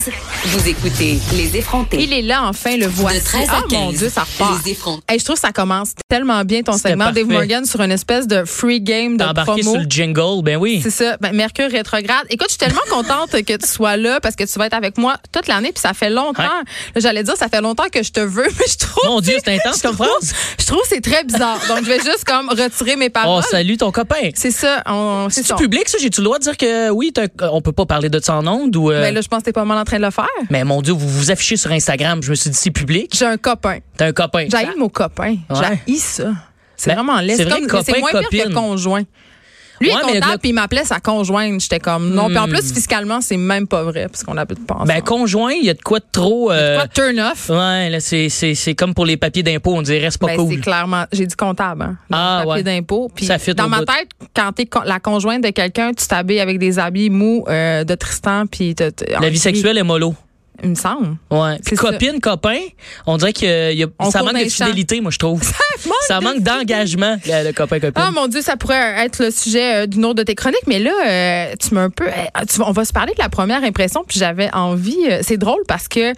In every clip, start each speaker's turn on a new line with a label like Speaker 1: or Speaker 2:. Speaker 1: 13. Vous écoutez Les effrontés.
Speaker 2: Il est là enfin le voici.
Speaker 1: De 13 à
Speaker 2: Ah, mon
Speaker 1: 15.
Speaker 2: dieu, ça repart.
Speaker 1: Les effrontés.
Speaker 2: Hey, je trouve que ça commence tellement bien ton
Speaker 3: C'était
Speaker 2: segment Dave
Speaker 3: parfait.
Speaker 2: Morgan sur une espèce de free game de
Speaker 3: T'as embarqué
Speaker 2: promo.
Speaker 3: sur le jingle, ben oui.
Speaker 2: C'est ça, Ben, Mercure rétrograde. Écoute, je suis tellement contente que tu sois là parce que tu vas être avec moi toute l'année puis ça fait longtemps.
Speaker 3: Ouais.
Speaker 2: Là, J'allais dire ça fait longtemps que je te veux, mais je trouve
Speaker 3: Mon Dieu, c'est intense
Speaker 2: je
Speaker 3: comme
Speaker 2: trouve-
Speaker 3: phrase.
Speaker 2: Je trouve que c'est très bizarre. Donc je vais juste comme retirer mes
Speaker 3: Oh,
Speaker 2: paroles.
Speaker 3: salut ton copain.
Speaker 2: c'est ça, on c'est
Speaker 3: C'est
Speaker 2: ça.
Speaker 3: public, ça? J'ai-tu le droit de dire que oui, t'as- on peut pas parler de ça en ondes ou. euh,
Speaker 2: Ben là, je pense que t'es pas mal en train de le faire.
Speaker 3: mais mon Dieu, vous vous affichez sur Instagram. Je me suis dit, c'est public.
Speaker 2: J'ai un copain.
Speaker 3: T'as un copain.
Speaker 2: J'ai le mot copain.
Speaker 3: Ouais.
Speaker 2: J'ai ça. C'est
Speaker 3: Ben,
Speaker 2: vraiment laid. C'est
Speaker 3: c'est vrai
Speaker 2: comme-
Speaker 3: que
Speaker 2: c'est
Speaker 3: copain,
Speaker 2: moins pire que
Speaker 3: copine.
Speaker 2: conjoint. Lui
Speaker 3: Ouais,
Speaker 2: est
Speaker 3: mais le- Hmm.
Speaker 2: comptable, puis il m'appelait sa conjointe. J'étais comme non. Puis en plus, fiscalement, c'est même pas vrai, parce qu'on habite pas ensemble.
Speaker 3: Ben, conjoint, il y a de quoi de trop. euh,
Speaker 2: Quoi, turn off?
Speaker 3: Ouais, là, c'est- c'est c'est comme pour les papiers d'impôt, on dirait, c'est pas
Speaker 2: Ben, c'est
Speaker 3: cool.
Speaker 2: clairement. J'ai dit comptable, hein, dans
Speaker 3: Ah,
Speaker 2: le papier
Speaker 3: ouais.
Speaker 2: d'impôt. Puis
Speaker 3: Ça fit
Speaker 2: dans
Speaker 3: au
Speaker 2: ma
Speaker 3: bout.
Speaker 2: tête, quand t'es con- la conjointe de quelqu'un, tu t'habilles avec des habits mous euh, de Tristan, puis te- te- en-
Speaker 3: La vie sexuelle est mollo.
Speaker 2: Il me semble.
Speaker 3: Ouais.
Speaker 2: C'est
Speaker 3: Puis
Speaker 2: ça.
Speaker 3: copine, copain, on dirait que euh, y a-
Speaker 2: On
Speaker 3: ça
Speaker 2: court
Speaker 3: manque
Speaker 2: dans
Speaker 3: de
Speaker 2: les champs.
Speaker 3: fidélité, moi, je trouve. ça manque d'engagement, le, le copain, copine.
Speaker 2: Ah mon Dieu, ça pourrait être le sujet euh, d'une autre de tes chroniques, mais là, euh, tu m'as un peu. euh, tu- on va se parler de la première impression, puis j'avais envie. euh, c'est drôle parce que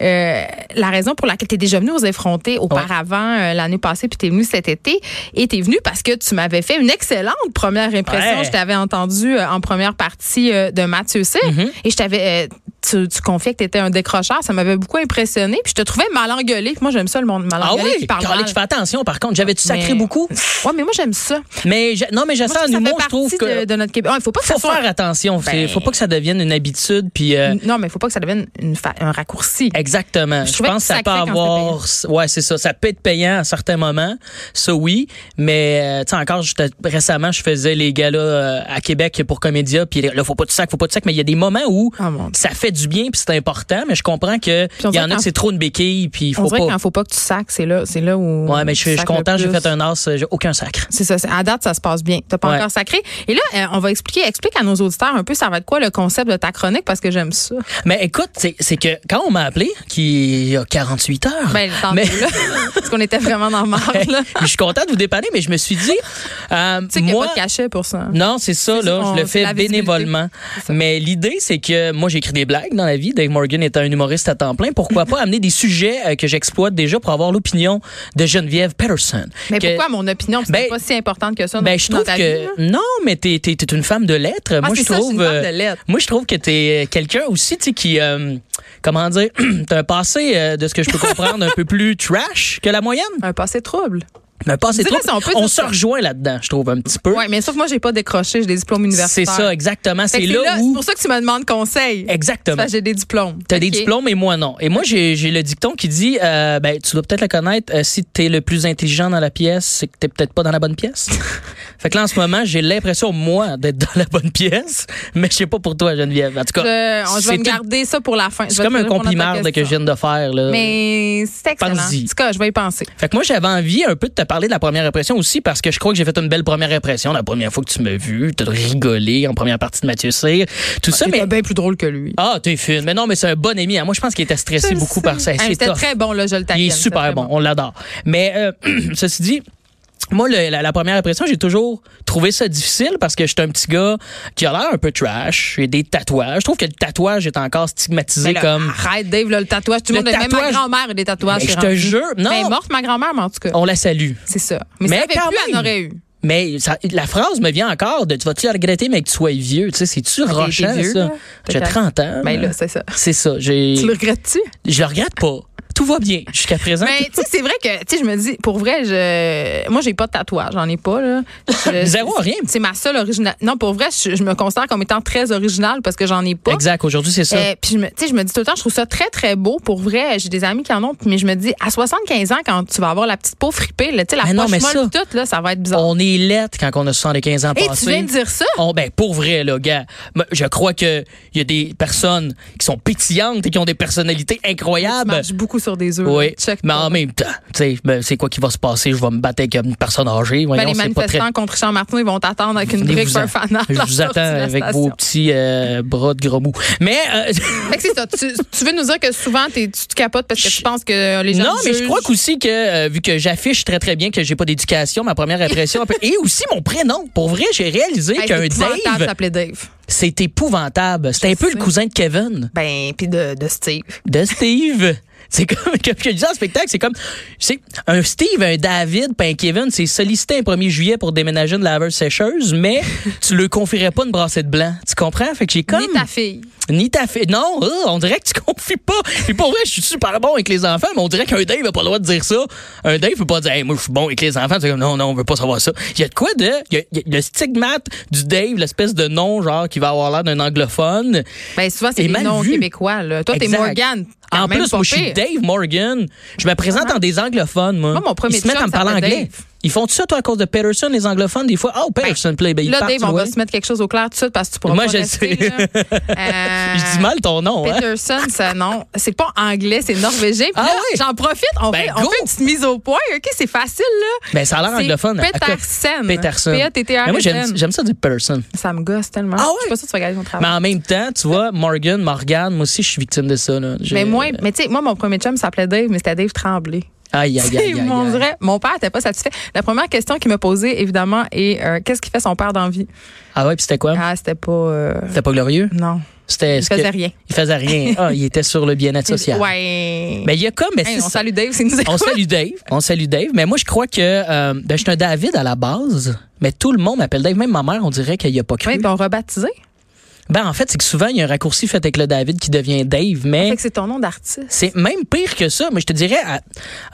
Speaker 2: euh, la raison pour laquelle tu es déjà venu aux effrontés auparavant euh, l'année passée, puis tu es venu cet été, et tu es venu parce que tu m'avais fait une excellente première impression.
Speaker 3: Ouais.
Speaker 2: Je t'avais entendu euh, en première partie euh, de Mathieu Cyr,
Speaker 3: Mm-hmm.
Speaker 2: et je t'avais. euh, tu, tu confiais que tu étais un décrocheur, ça m'avait beaucoup impressionné. Puis je te trouvais mal engueulé. Moi, j'aime ça, le monde mal
Speaker 3: Ah
Speaker 2: engueulé qui
Speaker 3: oui,
Speaker 2: parle mal. Ah,
Speaker 3: Carlic, fais attention, par contre. J'avais-tu sacré
Speaker 2: Mais-
Speaker 3: beaucoup?
Speaker 2: Ouais, mais moi, j'aime ça.
Speaker 3: Mais j'ai- non, mais j'ai
Speaker 2: Moi,
Speaker 3: ça en
Speaker 2: je trouve que
Speaker 3: humour, je
Speaker 2: ça fait partie
Speaker 3: trouve que.
Speaker 2: de, de notre Québec. Ah, Il faut pas que
Speaker 3: faut
Speaker 2: ça soit
Speaker 3: faire attention.
Speaker 2: Ben-
Speaker 3: Il faut pas que ça devienne une habitude. Puis euh,
Speaker 2: non, mais il faut pas que ça devienne une fa- un raccourci.
Speaker 3: exactement.
Speaker 2: Je
Speaker 3: Je
Speaker 2: trouvais
Speaker 3: pense
Speaker 2: que
Speaker 3: que ça peut
Speaker 2: sacré quand
Speaker 3: avoir. Ouais, c'est ça. Ça peut être payant à certains moments. Ça oui, mais euh, tu sais encore j'étais- récemment je faisais les galas euh, à Québec pour Comédia. Puis là faut pas de sac, faut pas de sac. Mais il y a des moments où
Speaker 2: Ah, mon Dieu.
Speaker 3: ça fait du bien puis c'est important. Mais je comprends que
Speaker 2: on
Speaker 3: il y
Speaker 2: dirait
Speaker 3: en a
Speaker 2: qu'en-
Speaker 3: que c'est trop une béquille puis il
Speaker 2: On
Speaker 3: faut
Speaker 2: dirait qu'il
Speaker 3: pas.
Speaker 2: faut pas que tu sacs, c'est là, c'est là où.
Speaker 3: Ouais, mais je
Speaker 2: tu
Speaker 3: suis je suis
Speaker 2: sacres le
Speaker 3: content. J'ai
Speaker 2: plus.
Speaker 3: fait un as. euh, J'ai aucun sacre.
Speaker 2: C'est ça. c'est- À date, ça se passe bien. T'as pas
Speaker 3: Ouais.
Speaker 2: encore sacré. Et là, euh, on va expliquer, explique à nos auditeurs un peu ça va être quoi le concept de ta chronique parce que j'aime ça.
Speaker 3: Mais écoute, c'est c'est que quand on m'a appelé, qui y a 48 heures.
Speaker 2: Ben, le temps
Speaker 3: mais-
Speaker 2: là. parce qu'on était vraiment dans le marre, là.
Speaker 3: je suis content de vous dépanner, mais je me suis dit, euh,
Speaker 2: Tu sais qu'il n'y a
Speaker 3: moi,
Speaker 2: pas de cachet pour ça.
Speaker 3: non, c'est ça,
Speaker 2: C'est-
Speaker 3: là,
Speaker 2: on-
Speaker 3: je le
Speaker 2: c'est la
Speaker 3: fais
Speaker 2: visibilité.
Speaker 3: bénévolement.
Speaker 2: C'est ça.
Speaker 3: Mais l'idée, c'est que moi, j'écris des blagues dans la vie. Dave Morgan est un humoriste à temps plein. Pourquoi pas amener des sujets euh, que j'exploite déjà pour avoir l'opinion de Geneviève Patterson?
Speaker 2: Mais
Speaker 3: Que-
Speaker 2: pourquoi mon opinion, c'est
Speaker 3: Ben,
Speaker 2: pas si importante que ça dans,
Speaker 3: ben, je
Speaker 2: dans
Speaker 3: trouve
Speaker 2: ta
Speaker 3: que
Speaker 2: vie, là? Ah,
Speaker 3: non, mais t'es t'es- t'es une femme de lettres. moi,
Speaker 2: c'est
Speaker 3: je
Speaker 2: ça, je suis
Speaker 3: trouve.
Speaker 2: une femme
Speaker 3: euh,
Speaker 2: de lettres.
Speaker 3: moi, je trouve que t'es euh, quelqu'un aussi, tu sais, qui, euh, comment dire, t'as un passé euh, de ce que je peux comprendre un peu plus trash que la moyenne.
Speaker 2: Un passé trouble.
Speaker 3: Mais pas assez
Speaker 2: Je dirais
Speaker 3: trop.
Speaker 2: qu'on peut
Speaker 3: On
Speaker 2: dire
Speaker 3: se
Speaker 2: ça.
Speaker 3: rejoint là-dedans, je trouve un petit peu.
Speaker 2: Ouais, mais sauf que moi, j'ai pas décroché, j'ai des diplômes
Speaker 3: C'est
Speaker 2: universitaires.
Speaker 3: ça, exactement.
Speaker 2: Fait
Speaker 3: C'est
Speaker 2: que
Speaker 3: là,
Speaker 2: C'est
Speaker 3: où.
Speaker 2: pour ça que tu me demandes conseil. C'est
Speaker 3: Exactement.
Speaker 2: parce que J'ai des diplômes.
Speaker 3: T'as des
Speaker 2: Ok.
Speaker 3: diplômes et moi non. Et moi, j'ai j'ai le dicton qui dit, euh, ben, tu dois peut-être le connaître, euh, si t'es le plus intelligent dans la pièce, c'est que t'es peut-être pas dans la bonne pièce. fait que là, en ce moment, j'ai l'impression, moi, d'être dans la bonne pièce, mais je sais pas pour toi, Geneviève. En tout cas,
Speaker 2: Je, je
Speaker 3: c'est
Speaker 2: vais me
Speaker 3: tout-
Speaker 2: garder ça pour la fin. Je
Speaker 3: c'est
Speaker 2: vais
Speaker 3: comme
Speaker 2: te
Speaker 3: un
Speaker 2: répondre à ta
Speaker 3: compliment là, que euh, je
Speaker 2: question.
Speaker 3: viens de faire. Là.
Speaker 2: Mais c'est excellent. En
Speaker 3: Pense-y.
Speaker 2: tout cas, je vais y penser.
Speaker 3: Fait que moi, j'avais envie un peu de te parler de la première impression aussi parce que je crois que j'ai fait une belle première impression la première fois que tu m'as vu. T'as rigolé en première partie de Mathieu Cyr. Tout ça, mais.
Speaker 2: C'était Ah, bien plus drôle que lui.
Speaker 3: Ah, t'es fine. Mais non, mais c'est un bon ami. à Moi, je pense qu'il était stressé
Speaker 2: Je
Speaker 3: beaucoup
Speaker 2: le
Speaker 3: par ça.
Speaker 2: sais.
Speaker 3: C'est
Speaker 2: Hey, C'était
Speaker 3: tough.
Speaker 2: très bon, là, je le taquine.
Speaker 3: Il est
Speaker 2: c'était très
Speaker 3: super bon. On l'adore. Mais euh, ceci dit. Moi, le- la, la première impression, j'ai toujours trouvé ça difficile parce que j'étais un petit gars qui a l'air un peu trash. J'ai des tatouages. Je trouve que le tatouage est encore
Speaker 2: Mais
Speaker 3: stigmatisé
Speaker 2: là,
Speaker 3: comme.
Speaker 2: Arrête, Dave, là, le tatouage. Tout le
Speaker 3: Le
Speaker 2: monde, même ma
Speaker 3: tatouage-
Speaker 2: grand-mère a des tatouages.
Speaker 3: Mais
Speaker 2: c'est
Speaker 3: je te
Speaker 2: rendu. ben,
Speaker 3: jure, non.
Speaker 2: Elle est morte, ma grand-mère, mais en tout cas.
Speaker 3: On la salue.
Speaker 2: C'est ça. Mais,
Speaker 3: Mais
Speaker 2: si elle avait
Speaker 3: quand
Speaker 2: plus, elle
Speaker 3: même.
Speaker 2: aurait eu.
Speaker 3: Mais ça- la phrase me vient encore de tu vas-tu le regretter, mais que tu sois vieux. Tu sais, c'est-tu
Speaker 2: t'es
Speaker 3: rochant,
Speaker 2: vieux,
Speaker 3: ça?
Speaker 2: là.
Speaker 3: J'ai
Speaker 2: T'as
Speaker 3: 30 ans.
Speaker 2: Mais Ben là, c'est ça.
Speaker 3: c'est ça. J'ai,
Speaker 2: Tu le regrettes-tu?
Speaker 3: je le regrette pas. Tout va bien jusqu'à présent.
Speaker 2: Mais Ben, tu sais, c'est vrai que, tu sais, je me dis, pour vrai, je... moi, j'ai pas de tatouage, j'en ai pas, là. Je-
Speaker 3: Zéro, rien.
Speaker 2: C'est ma seule originale. Non, pour vrai, je, je me considère comme étant très originale parce que j'en ai pas.
Speaker 3: Exact. Aujourd'hui, c'est ça.
Speaker 2: Euh, puis je me, tu sais, je me dis tout le temps, je trouve ça très, très beau. Pour vrai, j'ai des amis qui en ont, mais je me dis, à 75 ans, quand tu vas avoir la petite peau fripée, là, tu sais, la
Speaker 3: Mais Ben non,
Speaker 2: poche
Speaker 3: mais
Speaker 2: molle
Speaker 3: ça-
Speaker 2: pis tout, là, ça va être bizarre.
Speaker 3: on est lettre quand on a 75 ans
Speaker 2: Et
Speaker 3: passés.
Speaker 2: Eh, tu viens de dire ça?
Speaker 3: On- ben, pour vrai, là, gars. Moi, Je crois que il y a des personnes qui sont pétillantes et qui ont des personnalités
Speaker 2: Tu
Speaker 3: incroyables.
Speaker 2: marches beaucoup sur des œufs.
Speaker 3: Ben, Oui. Ben,
Speaker 2: Check
Speaker 3: Mais
Speaker 2: pas.
Speaker 3: en même temps, tu sais, ben, c'est quoi qui va se passer? Je vais me battre avec une personne âgée.
Speaker 2: Ben,
Speaker 3: Voyons,
Speaker 2: les
Speaker 3: c'est pas très
Speaker 2: manifestants contre Jean Martin, ils vont t'attendre avec une
Speaker 3: Venez
Speaker 2: brique
Speaker 3: vous
Speaker 2: sur un
Speaker 3: en.
Speaker 2: fanal.
Speaker 3: Je vous attends avec vos petits euh, bras de gros mou. Mais euh,
Speaker 2: Fait que c'est ça. Tu, tu veux nous dire que souvent, t'es- tu te capotes parce que tu
Speaker 3: Je-
Speaker 2: penses que les gens.
Speaker 3: non, mais je
Speaker 2: jugent.
Speaker 3: crois qu'aussi que euh, vu que j'affiche très très bien que j'ai pas d'éducation, ma première impression un peu- et aussi mon prénom. Pour vrai, j'ai réalisé
Speaker 2: Hey, c'est
Speaker 3: qu'un
Speaker 2: épouvantable,
Speaker 3: Dave
Speaker 2: s'appelait Dave.
Speaker 3: C'est épouvantable. C'est un peu
Speaker 2: sais.
Speaker 3: le cousin de Kevin,
Speaker 2: Ben, puis de, de Steve.
Speaker 3: de Steve. C'est comme, comme je disais en spectacle, c'est comme, c'est un Steve, un David, puis un Kevin, c'est sollicité un 1er juillet pour déménager une laveuse sécheuse, mais tu le confierais pas une brassée de blanc. Tu comprends? Fait que j'ai comme.
Speaker 2: Ni ta fille.
Speaker 3: Ni ta fille. Non, euh, on dirait que tu confies pas. Puis pour vrai, je suis super bon avec les enfants, mais on dirait qu'un Dave n'a pas le droit de dire ça. Un Dave peut pas dire, Hey, moi, je suis bon avec les enfants. C'est comme, non, non, on veut pas savoir ça. Il y a de quoi de. Il y a- il y a le stigmate du Dave, l'espèce de nom, genre, qui va avoir l'air d'un anglophone.
Speaker 2: Ben, souvent, c'est
Speaker 3: Et
Speaker 2: des
Speaker 3: mal
Speaker 2: noms
Speaker 3: vu.
Speaker 2: québécois, là. Toi, t'es
Speaker 3: Exact.
Speaker 2: Morgan.
Speaker 3: En plus, moi, je suis Dave Morgan. Je me présente en des anglophones, moi.
Speaker 2: Ah. Moi, mon premier
Speaker 3: Ils se mettent
Speaker 2: chum
Speaker 3: à me parler
Speaker 2: s'appelait
Speaker 3: anglais.
Speaker 2: Dave.
Speaker 3: Ils font tout ça, toi, à cause de Peterson, les anglophones, des fois. Oh, Peterson, play. Ben, ils
Speaker 2: Là,
Speaker 3: partent,
Speaker 2: Dave,
Speaker 3: tu
Speaker 2: on
Speaker 3: vois.
Speaker 2: va se mettre quelque chose au clair tout de suite parce que tu pourras
Speaker 3: Moi,
Speaker 2: pas
Speaker 3: je
Speaker 2: rester,
Speaker 3: sais.
Speaker 2: là. Euh,
Speaker 3: Je dis mal ton nom, hein?
Speaker 2: Peterson, ça, non. C'est pas anglais, c'est norvégien. Puis
Speaker 3: Ah
Speaker 2: là,
Speaker 3: oui?
Speaker 2: j'en profite. On,
Speaker 3: Ben,
Speaker 2: fait, on
Speaker 3: go!
Speaker 2: fait une petite mise au point. OK, c'est facile, là.
Speaker 3: Ben, ça a l'air
Speaker 2: C'est
Speaker 3: anglophone. À quoi-
Speaker 2: Petersen.
Speaker 3: Peterson.
Speaker 2: P-E-T-T-R-S-N.
Speaker 3: Mais moi, j'aime j'aime ça dire Peterson.
Speaker 2: Ça me gosse tellement.
Speaker 3: Ah oui?
Speaker 2: Je suis pas sûre que tu vas garder ton
Speaker 3: Mais
Speaker 2: travail.
Speaker 3: en même temps, tu vois, Morgan, Morgan, moi aussi, je suis victime de ça. Là. J'ai-
Speaker 2: Mais moi, mais tu sais, moi, mon premier chum s'appelait Dave, mais c'était Dave Tremblay.
Speaker 3: Aïe, aïe, aïe,
Speaker 2: C'est
Speaker 3: aïe, aïe.
Speaker 2: mon vrai. Mon père n'était pas satisfait. La première question qu'il m'a posée, évidemment, est euh, qu'est-ce qui fait son père dans la vie?
Speaker 3: Ah ouais, puis c'était quoi?
Speaker 2: Ah, c'était pas. euh,
Speaker 3: C'était pas glorieux?
Speaker 2: non.
Speaker 3: C'était,
Speaker 2: Il faisait rien.
Speaker 3: Il faisait rien. Ah, il était sur le bien-être social.
Speaker 2: Ouais.
Speaker 3: Mais il y a comme... Mais
Speaker 2: Hey,
Speaker 3: c'est
Speaker 2: on
Speaker 3: ça.
Speaker 2: salue Dave, c'est nous
Speaker 3: On salue Dave. On salue Dave. Mais moi, je crois que... euh, ben, je suis un David à la base, mais tout le monde m'appelle Dave. Même ma mère, on dirait qu'elle n'y a pas cru.
Speaker 2: Oui, puis on rebaptisé.
Speaker 3: Ben, en fait, c'est que souvent, il y a un raccourci fait avec le David qui devient Dave, mais...
Speaker 2: Fait que c'est ton nom d'artiste.
Speaker 3: C'est même pire que ça, mais je te dirais à,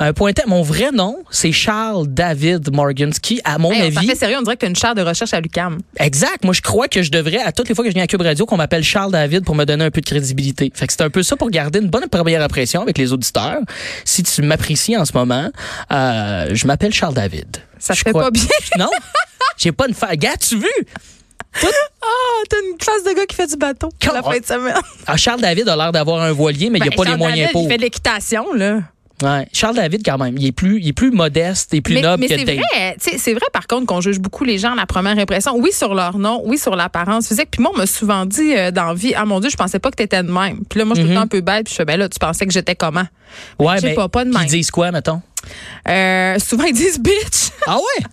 Speaker 3: à un point. Mon vrai nom, c'est Charles David Morgan, ce qui, à mon
Speaker 2: Hey, Ben, on s'en
Speaker 3: avis,
Speaker 2: fait sérieux, on dirait que tu as une chaire de recherche à l'UCAM.
Speaker 3: Exact. Moi, je crois que je devrais, à toutes les fois que je viens à Cube Radio, qu'on m'appelle Charles David pour me donner un peu de crédibilité. Fait que c'est un peu ça pour garder une bonne première impression avec les auditeurs. Si tu m'apprécies en ce moment, euh, je m'appelle Charles David.
Speaker 2: Ça
Speaker 3: Je
Speaker 2: te fait
Speaker 3: crois-
Speaker 2: pas bien.
Speaker 3: Non. J'ai pas une fa... Gars, tu vu?
Speaker 2: Ah, t'as une classe de gars qui fait du bateau
Speaker 3: Quand
Speaker 2: la
Speaker 3: on-
Speaker 2: fin de semaine.
Speaker 3: Ah, Charles David a l'air d'avoir un voilier, mais il
Speaker 2: Ben,
Speaker 3: n'y a pas les
Speaker 2: Jean
Speaker 3: moyens
Speaker 2: David,
Speaker 3: pour.
Speaker 2: Il fait de l'équitation, là.
Speaker 3: Ouais. Charles David, quand même, il est plus, il est plus modeste et plus
Speaker 2: mais
Speaker 3: noble
Speaker 2: mais
Speaker 3: que
Speaker 2: c'est
Speaker 3: Dave.
Speaker 2: vrai, tu sais, c'est vrai par contre qu'on juge beaucoup les gens à la première impression. Oui sur leur nom, oui sur l'apparence physique. Puis moi, on m'a souvent dit euh, dans la vie, ah mon dieu, je pensais pas que t'étais de même. Puis là, moi, je suis
Speaker 3: Mm-hmm.
Speaker 2: tout le temps un peu bête. Puis je fais, ben là, tu pensais que j'étais comment
Speaker 3: Ouais,
Speaker 2: je sais
Speaker 3: ben,
Speaker 2: pas, pas de
Speaker 3: puis
Speaker 2: même.
Speaker 3: Ils disent quoi, mettons?
Speaker 2: Euh, Souvent ils disent bitch.
Speaker 3: Ah ouais?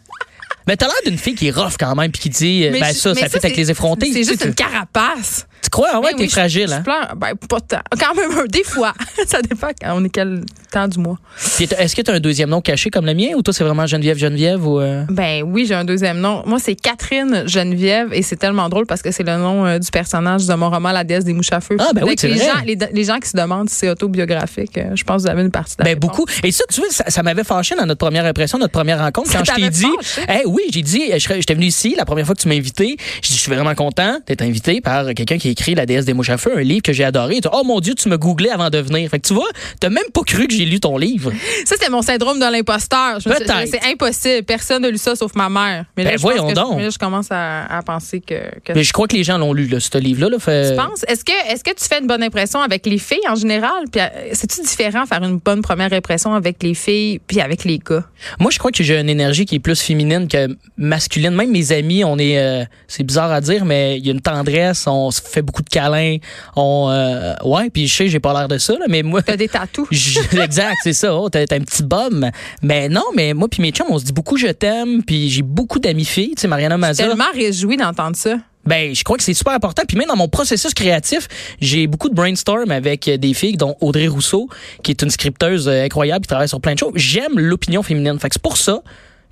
Speaker 3: Mais t'as l'air d'une fille qui est rough quand même, puis qui dit, euh,
Speaker 2: Mais
Speaker 3: ben
Speaker 2: je-
Speaker 3: ça,
Speaker 2: mais
Speaker 3: ça fait avec
Speaker 2: c'est-
Speaker 3: les effrontés.
Speaker 2: C'est
Speaker 3: Tu sais,
Speaker 2: juste
Speaker 3: tu-
Speaker 2: une carapace.
Speaker 3: Tu crois, en
Speaker 2: Ben
Speaker 3: vrai, que t'es
Speaker 2: oui, je-
Speaker 3: fragile,
Speaker 2: je
Speaker 3: hein?
Speaker 2: pleure. Ben, pas tant. Quand même, euh, des fois. ça dépend. quand- On est quel temps du mois.
Speaker 3: Puis t'as- Est-ce que tu as un deuxième nom caché comme le mien ou toi c'est vraiment Geneviève Geneviève ou euh,
Speaker 2: Ben oui, j'ai un deuxième nom. Moi, c'est Catherine Geneviève et c'est tellement drôle parce que c'est le nom euh, du personnage de mon roman La déesse des mouches à feu.
Speaker 3: Ah, ben oui,
Speaker 2: Fait que
Speaker 3: c'est
Speaker 2: les
Speaker 3: vrai.
Speaker 2: gens, les, les gens qui se demandent si c'est autobiographique, euh, je pense que vous avez une partie de la
Speaker 3: ben
Speaker 2: réponse.
Speaker 3: beaucoup. Et ça, tu vois, ça, ça m'avait fâché dans notre première impression, notre première rencontre,
Speaker 2: Ça
Speaker 3: quand je t'ai
Speaker 2: t'avait
Speaker 3: dit,
Speaker 2: fâché?
Speaker 3: eh oui, j'ai dit, je serais- j'étais venu ici la première fois que tu m'as invité, je dis, je suis vraiment content d'être invité par quelqu'un qui a écrit La déesse des mouches à feu, un livre que j'ai adoré. Et tu, oh mon Dieu, tu me googlais avant de venir. Fait que tu vois, t'as même pas cru que j'ai lu ton livre.
Speaker 2: Ça, c'est mon syndrome de l'imposteur. Je me suis-
Speaker 3: Peut-être.
Speaker 2: C'est impossible. Personne n'a lu ça sauf ma mère. Mais là,
Speaker 3: Ben
Speaker 2: je pense
Speaker 3: voyons
Speaker 2: que je-
Speaker 3: donc.
Speaker 2: mais là, je commence à, à penser que. que
Speaker 3: Mais euh, je crois que les gens l'ont lu là, ce livre-là. Là, fait...
Speaker 2: tu penses? Est-ce que, est-ce que tu fais une bonne impression avec les filles en général? Puis, euh, c'est-tu différent faire une bonne première impression avec les filles puis avec les gars?
Speaker 3: Moi, je crois que j'ai une énergie qui est plus féminine que masculine. Même mes amis, on est, euh, c'est bizarre à dire, mais il y a une tendresse, on se fait beaucoup de câlins, on, euh, ouais. Puis je sais, j'ai pas l'air de ça, là, mais moi,
Speaker 2: T'as des tatous.
Speaker 3: je- exact, c'est ça. Oh, t'es t'es un petit bum. Mais non, mais moi puis mes chums, on se dit beaucoup je t'aime, puis j'ai beaucoup d'amis filles. Tu sais, Mariana Mazza.
Speaker 2: Tellement réjoui d'entendre ça.
Speaker 3: Ben, je crois que c'est super important. Puis même dans mon processus créatif, j'ai beaucoup de brainstorm avec euh, des filles, dont Audrey Rousseau, qui est une scripteuse euh, incroyable, qui travaille sur plein de choses. J'aime l'opinion féminine. Fait que c'est pour ça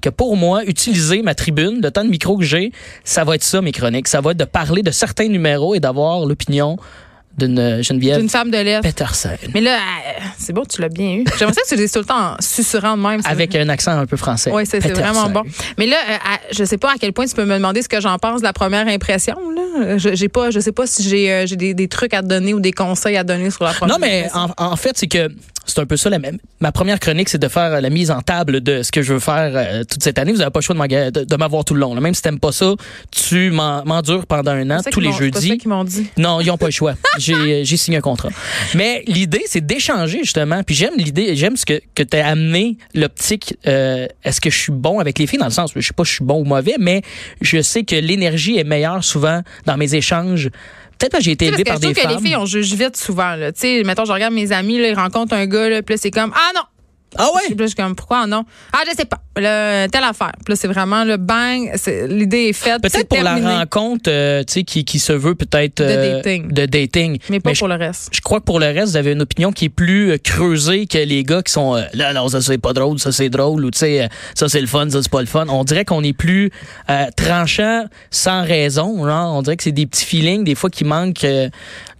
Speaker 3: que pour moi, utiliser ma tribune, le temps de micro que j'ai, ça va être ça, mes chroniques. Ça va être de parler de certains numéros et d'avoir l'opinion d'une euh,
Speaker 2: T'es
Speaker 3: Geneviève
Speaker 2: une femme de lettres.
Speaker 3: Peterson.
Speaker 2: Mais là, euh, c'est bon, tu l'as bien eu. J'aimerais ça que tu le dises tout le temps en susurrant de même. c'est
Speaker 3: Avec un accent un peu français.
Speaker 2: Oui, c'est c'est
Speaker 3: Peterson.
Speaker 2: vraiment bon. Mais là, euh, à- je sais pas à quel point tu peux me demander ce que j'en pense de la première impression. Là. Euh, Je, j'ai pas, je sais pas si j'ai euh, j'ai des, des trucs à te donner ou des conseils à te donner sur la première
Speaker 3: Non, mais
Speaker 2: impression.
Speaker 3: en, en fait, c'est que c'est un peu ça. La, même- ma première chronique, c'est de faire euh, la mise en table de ce que je veux faire euh, toute cette année. Vous n'avez pas le choix de m'enga- de de m'avoir tout le long. là. Même si t'aimes pas ça, tu m'en- m'endures pendant un an,
Speaker 2: C'est ça
Speaker 3: tous
Speaker 2: qu'ils
Speaker 3: les
Speaker 2: m'ont- c'est pas ça
Speaker 3: jeudis.
Speaker 2: qu'ils m'ont dit.
Speaker 3: Non, ils n'ont pas le choix. J'ai euh, j'ai signé un contrat. Mais l'idée, c'est d'échanger, justement. Puis j'aime l'idée, j'aime ce que, que tu as amené, l'optique. euh, Est-ce que je suis bon avec les filles? Dans le sens, où je sais pas si je suis bon ou mauvais, mais je sais que l'énergie est meilleure souvent dans mes échanges. Peut-être parce que j'ai été
Speaker 2: Tu sais,
Speaker 3: élevé
Speaker 2: parce
Speaker 3: par
Speaker 2: que je
Speaker 3: des
Speaker 2: trouve
Speaker 3: femmes.
Speaker 2: que les filles, on juge vite souvent. Là. Tu sais, mettons, je regarde mes amis, là, ils rencontrent un gars, là, puis là, c'est comme Ah non!
Speaker 3: Ah
Speaker 2: Je
Speaker 3: ouais?
Speaker 2: suis- là, je suis comme, pourquoi non? Ah, je sais pas. Là, telle affaire. Puis là, c'est vraiment le bang. c'est- L'idée est faite. c'est
Speaker 3: Peut-être pour
Speaker 2: terminé.
Speaker 3: la rencontre euh, tu sais, qui, qui se veut peut-être euh,
Speaker 2: dating.
Speaker 3: de dating.
Speaker 2: Mais pas
Speaker 3: je,
Speaker 2: pour le reste.
Speaker 3: je crois que pour le reste, vous avez une opinion qui est plus euh, creusée que les gars qui sont euh, là, non, ça c'est pas drôle, ça c'est drôle, ou tu sais, euh, ça c'est le fun, ça c'est pas le fun. On dirait qu'on est plus euh, tranchant sans raison. Genre, on dirait que c'est des petits feelings, des fois, qui manquent. euh,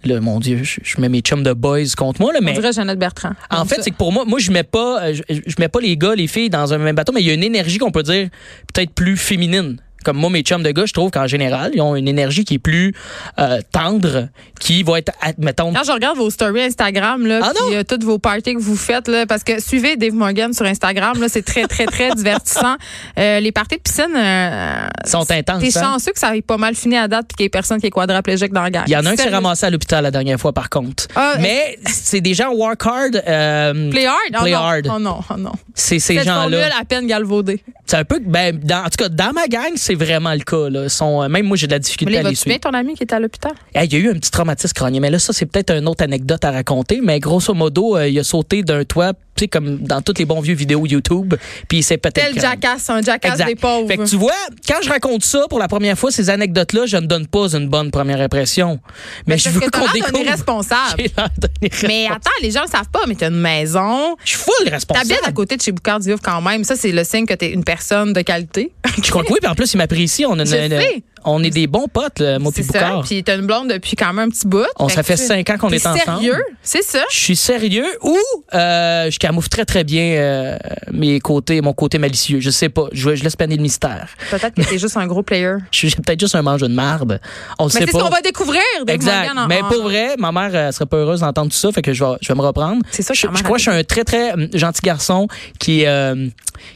Speaker 3: là, mon Dieu, je, je mets mes chums de boys contre moi, là,
Speaker 2: On
Speaker 3: mais.
Speaker 2: dirait Jeannette Bertrand.
Speaker 3: En
Speaker 2: Comme
Speaker 3: fait,
Speaker 2: ça.
Speaker 3: c'est que pour moi, moi je mets pas, euh, je, je mets pas les gars, les filles dans un même bateau, mais il y a une énergie qu'on peut dire peut-être plus féminine. Comme moi, mes chums de gars, je trouve qu'en général, ils ont une énergie qui est plus euh, tendre, qui va être, admettons,
Speaker 2: Quand je regarde vos stories Instagram, là,
Speaker 3: Ah
Speaker 2: puis
Speaker 3: non?
Speaker 2: euh, toutes vos parties que vous faites, là, parce que suivez Dave Morgan sur Instagram, là, c'est très, très, très divertissant. Euh, les parties de piscine, euh,
Speaker 3: sont
Speaker 2: t'es
Speaker 3: intenses. hein.
Speaker 2: chanceux que ça ait pas mal fini à date puis qu'il y ait personne qui est quadraplégique dans la gang.
Speaker 3: Il y en a un qui s'est
Speaker 2: Sérieux.
Speaker 3: ramassé à l'hôpital la dernière fois, par contre.
Speaker 2: Ah,
Speaker 3: Mais c'est des gens work hard. euh,
Speaker 2: Play hard? Oh
Speaker 3: Play
Speaker 2: non,
Speaker 3: hard.
Speaker 2: Oh non, oh non.
Speaker 3: c'est ces
Speaker 2: Cette formule
Speaker 3: gens-là.
Speaker 2: à peine galvaudée.
Speaker 3: C'est un peu, que- ben, dans- en tout cas, dans ma gang, c'est vraiment le cas. Là. Ils Sont, euh, même moi, j'ai de la
Speaker 2: Mais
Speaker 3: difficulté
Speaker 2: là,
Speaker 3: à les
Speaker 2: vas-tu
Speaker 3: suivre.
Speaker 2: bien ton ami qui est à l'hôpital?
Speaker 3: Hey, il y a eu un petit traumatisme crânien, mais là, ça, c'est peut-être une autre anecdote à raconter, mais grosso modo, euh, il a sauté d'un toit, tu sais, comme dans toutes les bons vieux vidéos YouTube, puis il s'est peut-être...
Speaker 2: Tel jackass, un jackass
Speaker 3: Exact.
Speaker 2: des pauvres.
Speaker 3: Fait que tu vois, quand je raconte ça pour la première fois, ces anecdotes-là, je ne donne pas une bonne première impression. Mais, je
Speaker 2: Parce
Speaker 3: veux
Speaker 2: que t'as
Speaker 3: qu'on
Speaker 2: l'air d'un
Speaker 3: découvre.
Speaker 2: irresponsable.
Speaker 3: J'ai l'air d'un irresponsable.
Speaker 2: Mais attends, les gens le savent pas, mais t'as une maison.
Speaker 3: Je suis full
Speaker 2: T'habites à
Speaker 3: responsable.
Speaker 2: côté de chez Boucard Diouf quand même. Ça, c'est le signe que t'es une personne de qualité.
Speaker 3: Je crois que oui, puis en plus, il m'apprécie. On, a
Speaker 2: Je
Speaker 3: une- une-
Speaker 2: sais.
Speaker 3: on est des bons potes, là, moi puis
Speaker 2: C'est ça.
Speaker 3: Boucard.
Speaker 2: Puis t'as une blonde depuis quand même un petit bout.
Speaker 3: On, ça
Speaker 2: que
Speaker 3: fait
Speaker 2: tu-
Speaker 3: cinq ans qu'on
Speaker 2: t'es
Speaker 3: est ensemble.
Speaker 2: sérieux? C'est ça?
Speaker 3: Je suis sérieux ou euh, je camoufle très très bien euh, mes côtés, mon côté malicieux. Je sais pas. Je, je laisse planer le mystère.
Speaker 2: Peut-être que t'es juste un gros player.
Speaker 3: Je suis j'ai peut-être juste un mangeur de marde. On le
Speaker 2: Mais
Speaker 3: sait
Speaker 2: c'est ce
Speaker 3: pas.
Speaker 2: qu'on va découvrir. Dave
Speaker 3: exact.
Speaker 2: Morgan, en-
Speaker 3: Mais
Speaker 2: en-
Speaker 3: pour vrai, ma mère euh, serait pas heureuse d'entendre tout ça, fait que je vais, je vais me reprendre.
Speaker 2: C'est ça que
Speaker 3: Je,
Speaker 2: ta
Speaker 3: je
Speaker 2: mère a
Speaker 3: crois que je suis un très très hum, gentil garçon qui est euh,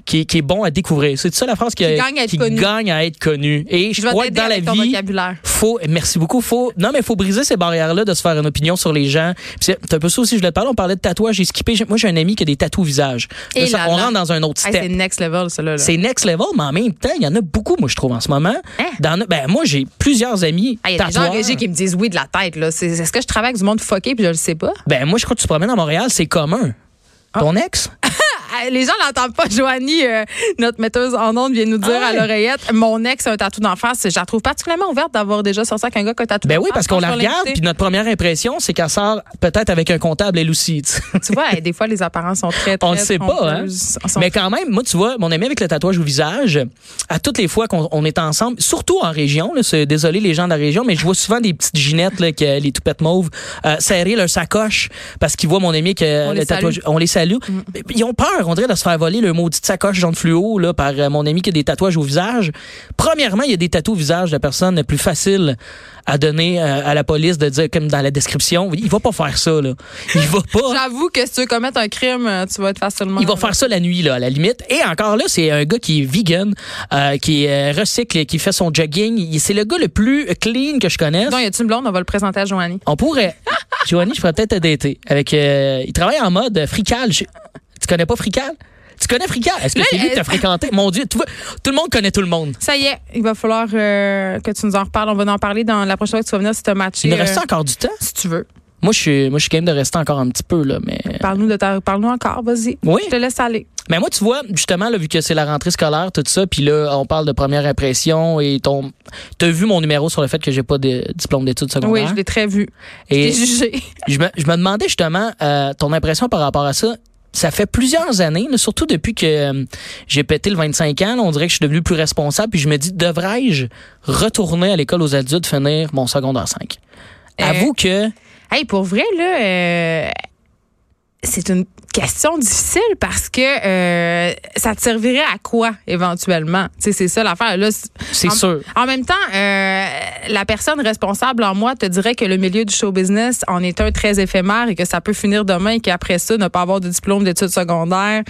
Speaker 3: qui, est- qui est bon à découvrir. C'est ça la phrase qui,
Speaker 2: Qui gagne à être connu.
Speaker 3: gagne à être connu. Et je,
Speaker 2: Je vais
Speaker 3: crois que
Speaker 2: t'aider
Speaker 3: dans la
Speaker 2: avec ton
Speaker 3: vie,
Speaker 2: vocabulaire.
Speaker 3: faut merci beaucoup faut non mais faut briser ces barrières là de se faire une opinion sur les gens Puis c'est c'est un peu ça aussi je voulais te parler on parlait de tatouage j'ai skippé J'ai- moi j'ai un ami qui a des tatous visage Là,
Speaker 2: Et
Speaker 3: ça,
Speaker 2: là
Speaker 3: on
Speaker 2: là.
Speaker 3: rentre dans un autre
Speaker 2: Hey,
Speaker 3: step
Speaker 2: c'est next level, ça, là. là.
Speaker 3: c'est next level mais en même temps il y en a beaucoup moi je trouve en ce moment
Speaker 2: Hein?
Speaker 3: Dans no- ben moi j'ai plusieurs amis
Speaker 2: Ah, Il y a des gens
Speaker 3: tatoueurs
Speaker 2: en régie qui me disent oui de la tête. là. C'est- Est-ce que je travaille avec du monde fucké puis je le sais pas?
Speaker 3: ben moi je crois que tu te promènes à Montréal c'est commun ton ex
Speaker 2: Ah, Les gens l'entendent pas. Joanie, euh, notre metteuse en ondes, vient nous dire
Speaker 3: Ah
Speaker 2: à
Speaker 3: ouais?
Speaker 2: l'oreillette mon ex a un tatou d'enfance. Je la trouve particulièrement ouverte d'avoir déjà sorti avec un gars qui a un tatou
Speaker 3: ben oui
Speaker 2: d'enfance.
Speaker 3: parce qu'on
Speaker 2: Je
Speaker 3: la
Speaker 2: vais
Speaker 3: regarde
Speaker 2: l'inviter.
Speaker 3: puis notre première impression c'est qu'elle sort peut-être avec un comptable elle aussi tu sais.
Speaker 2: Tu vois, eh, des fois, les apparences sont très, très
Speaker 3: On le sait pas, hein?
Speaker 2: trompeuses. Elles sont-
Speaker 3: Mais quand même, moi, tu vois, mon ami avec le tatouage au visage, à toutes les fois qu'on on est ensemble, surtout en région, là, c'est- désolé les gens de la région, mais je vois souvent des petites ginettes, là, que les toupettes mauves, euh, serrer leur sacoche parce qu'ils voient mon ami que
Speaker 2: On
Speaker 3: le
Speaker 2: les
Speaker 3: tatouage.
Speaker 2: salue. Mm.
Speaker 3: On les salue. Mais Ils ont peur, on dirait, de se faire voler le maudit sacoche jaune fluo là, par euh, mon ami qui a des tatouages au visage. Premièrement, il y a des tatouages au visage de la personne la plus facile à donner euh, à la police, de dire, comme dans la description, il va pas faire ça. Là. Il va pas.
Speaker 2: J'avoue que si tu veux commettre un crime, euh, tu vas être facilement.
Speaker 3: Il va faire ça la nuit, là, à la limite. Et encore là, c'est un gars qui est vegan, euh, qui euh, recycle, qui fait son jogging. Il- C'est le gars le plus clean que je connaisse.
Speaker 2: Non, y a-tu une blonde? On va le présenter à Joanie.
Speaker 3: On pourrait. Joanie, je pourrais peut-être te dater. Avec, euh, il travaille en mode euh, frical. Je- Tu connais pas frical? Tu connais frical? Est-ce que
Speaker 2: Là, euh,
Speaker 3: c'est lui que t'as
Speaker 2: elle-
Speaker 3: fréquenté? Mon Dieu, tu vois, tout le monde connaît tout le monde.
Speaker 2: Ça y est, il va falloir euh, que tu nous en reparles. On va en parler dans la prochaine fois que tu vas venir si tu as
Speaker 3: Il
Speaker 2: matché.
Speaker 3: me
Speaker 2: euh,
Speaker 3: reste encore du temps?
Speaker 2: si tu veux.
Speaker 3: Moi, je suis, moi, je suis game de rester encore un petit peu, là, mais.
Speaker 2: Parle-nous de ta... Parle-nous encore, vas-y.
Speaker 3: Oui.
Speaker 2: Je te laisse aller.
Speaker 3: Mais moi, tu vois, justement, là, vu que c'est la rentrée scolaire, tout ça, puis là, on parle de première impression et ton. T'as vu mon numéro sur le fait que j'ai pas de diplôme d'études
Speaker 2: Oui,
Speaker 3: secondaires?
Speaker 2: je l'ai très vu.
Speaker 3: et
Speaker 2: T'es jugé.
Speaker 3: je me, je me demandais justement euh, ton impression par rapport à ça. Ça fait plusieurs années, là, surtout depuis que euh, j'ai pété le 25 ans, là, on dirait que je suis devenu plus responsable, puis je me dis, devrais-je retourner à l'école aux adultes, finir mon secondaire 5?
Speaker 2: Euh,
Speaker 3: Avoue que.
Speaker 2: Hey, pour vrai, là, euh, c'est une question difficile parce que euh, ça te servirait à quoi éventuellement? Tu sais, c'est ça l'affaire. Là, c'est-
Speaker 3: C'est
Speaker 2: en-
Speaker 3: sûr.
Speaker 2: En même temps, euh, la personne responsable en moi te dirait que le milieu du show business en est un très éphémère et que ça peut finir demain et qu'après ça, ne pas avoir de diplôme d'études secondaires,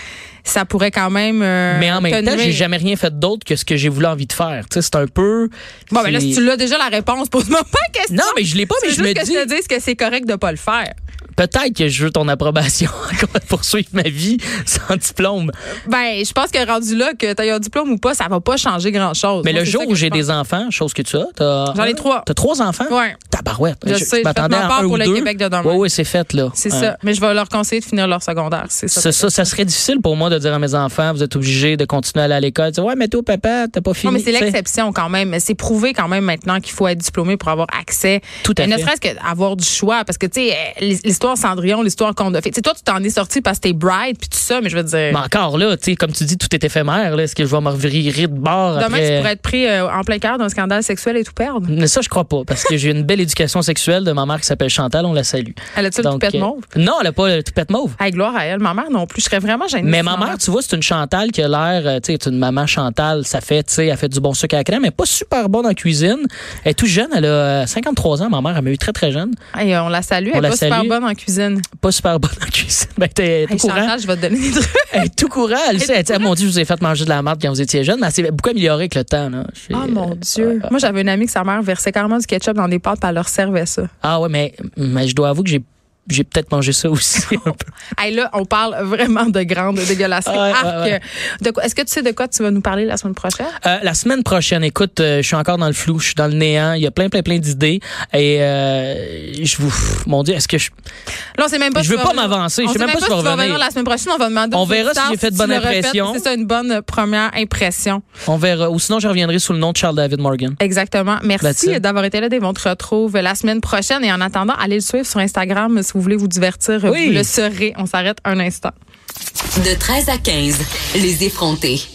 Speaker 2: ça pourrait quand même. euh,
Speaker 3: Mais en même
Speaker 2: te
Speaker 3: temps, j'ai
Speaker 2: nuire.
Speaker 3: jamais rien fait d'autre que ce que j'ai voulu envie de faire. Tu sais, c'est un peu.
Speaker 2: Bon, ben là, si
Speaker 3: c'est-
Speaker 2: tu l'as déjà la réponse, pose-moi pas la question.
Speaker 3: Non, mais je l'ai pas,
Speaker 2: Tu
Speaker 3: mais
Speaker 2: veux
Speaker 3: je me
Speaker 2: juste que
Speaker 3: dis.
Speaker 2: je te dise que c'est correct de pas le faire.
Speaker 3: peut-être que je veux ton approbation pour poursuivre ma vie sans diplôme.
Speaker 2: Ben, je pense que rendu là, que t'as eu un diplôme ou pas, ça va pas changer grand-chose.
Speaker 3: Mais
Speaker 2: Moi,
Speaker 3: le
Speaker 2: c'est
Speaker 3: jour
Speaker 2: ça que
Speaker 3: où
Speaker 2: je
Speaker 3: j'ai
Speaker 2: pense.
Speaker 3: des enfants, chose que tu as, t'as.
Speaker 2: J'en ai
Speaker 3: un?
Speaker 2: trois.
Speaker 3: T'as trois enfants?
Speaker 2: Ouais.
Speaker 3: Tabarouette.
Speaker 2: Je sais, je
Speaker 3: m'attendais
Speaker 2: fais
Speaker 3: à
Speaker 2: peur
Speaker 3: un
Speaker 2: pour
Speaker 3: ou
Speaker 2: le
Speaker 3: deux.
Speaker 2: Québec de demain.
Speaker 3: Oui, oui, c'est fait, là.
Speaker 2: C'est
Speaker 3: Hein.
Speaker 2: ça. Mais je vais leur conseiller de finir leur secondaire. C'est ça.
Speaker 3: Ça, ça, ça serait difficile pour moi de dire à mes enfants, vous êtes obligés de continuer à aller à l'école. Tu dis, ouais, mais toi, papa, t'as pas fini.
Speaker 2: Non, mais c'est
Speaker 3: Tu sais,
Speaker 2: l'exception quand même. Mais C'est prouvé quand même maintenant qu'il faut être diplômé pour avoir accès.
Speaker 3: Tout à
Speaker 2: Mais Ne
Speaker 3: fait.
Speaker 2: serait-ce qu'avoir du choix. Parce que, tu sais, euh, l'histoire Cendrillon, l'histoire qu'on a fait. Tu sais, toi, tu t'en es sorti parce que t'es bright puis tout ça, mais je veux dire.
Speaker 3: Mais encore là, tu sais, comme tu dis, tout est éphémère. là. Est-ce que je vais me revirer de bord
Speaker 2: Demain,
Speaker 3: après?
Speaker 2: tu pourrais être pris euh, en plein cœur d'un scandale sexuel et tout perdre.
Speaker 3: Mais ça, je crois pas, parce que j'ai une belle éducation sexuelle de ma mère qui s'appelle Chantal, on la salue.
Speaker 2: Elle a-tu le
Speaker 3: Donc,
Speaker 2: toupette
Speaker 3: euh,
Speaker 2: mauve?
Speaker 3: Non, elle a pas le toupette mauve.
Speaker 2: Hey, gloire à elle. Ma mère non plus. Je serais vraiment gênée.
Speaker 3: Mais
Speaker 2: si
Speaker 3: ma mère, tu vois, c'est une Chantal qui a l'air, euh, tu sais, c'est une maman Chantal, ça fait, tu sais, elle fait du bon sucre à la crème, mais pas super bonne en cuisine. Elle est tout jeune, elle a euh, 53 ans, ma mère, elle m'a eu très très jeune.
Speaker 2: Hey, euh, on la salue. elle
Speaker 3: On
Speaker 2: est
Speaker 3: la
Speaker 2: pas super
Speaker 3: salue.
Speaker 2: bonne en cuisine.
Speaker 3: Pas super bonne en cuisine. Ben, t'es tout
Speaker 2: Hey,
Speaker 3: courant.
Speaker 2: Chantal, je vais te donner des trucs.
Speaker 3: Elle est tout courant, elle sait, elle dit, Ah, mon Dieu, je vous ai fait manger de la merde quand vous étiez jeune, mais elle s'est beaucoup améliorée avec le temps, là. euh, J'ai-
Speaker 2: Oh mon Dieu. Moi, j'avais une amie que sa mère versait carrément du ketchup dans des pâtes, puis elle leur servait ça.
Speaker 3: Ah ouais, mais, mais je dois avouer que j'ai, j'ai peut-être mangé ça aussi un peu.
Speaker 2: Hey, là, on parle vraiment de grande dégueulasserie.
Speaker 3: Ouais, ouais,
Speaker 2: Arc.
Speaker 3: ouais.
Speaker 2: De quoi- Est-ce que tu sais de quoi tu vas nous parler la semaine prochaine?
Speaker 3: Euh, la semaine prochaine, écoute, euh, je suis encore dans le flou, je suis dans le néant. Il y a plein, plein, plein d'idées. Et euh, je vous, mon Dieu, est-ce que je,
Speaker 2: Là, on sait même pas
Speaker 3: Je
Speaker 2: si
Speaker 3: veux
Speaker 2: tu
Speaker 3: pas
Speaker 2: vas revenir.
Speaker 3: m'avancer, je
Speaker 2: On
Speaker 3: sais
Speaker 2: sait
Speaker 3: même pas si
Speaker 2: tu
Speaker 3: je vais
Speaker 2: vas revenir
Speaker 3: revenir.
Speaker 2: la semaine prochaine. On va demander aux
Speaker 3: On verra si
Speaker 2: auditeurs
Speaker 3: j'ai fait de
Speaker 2: tu
Speaker 3: bonne
Speaker 2: le répètes,
Speaker 3: impression.
Speaker 2: C'est ça, une bonne première impression.
Speaker 3: on verra. Ou sinon, je reviendrai sous le nom de Charles David Morgan.
Speaker 2: Exactement.
Speaker 3: That's
Speaker 2: Merci
Speaker 3: it.
Speaker 2: d'avoir été là, Dave. On te retrouve la semaine prochaine. Et en attendant, allez le suivre sur Instagram si vous voulez vous divertir.
Speaker 3: Oui.
Speaker 2: Vous le serez. On s'arrête un instant.
Speaker 1: De 13 à 15, les effrontés.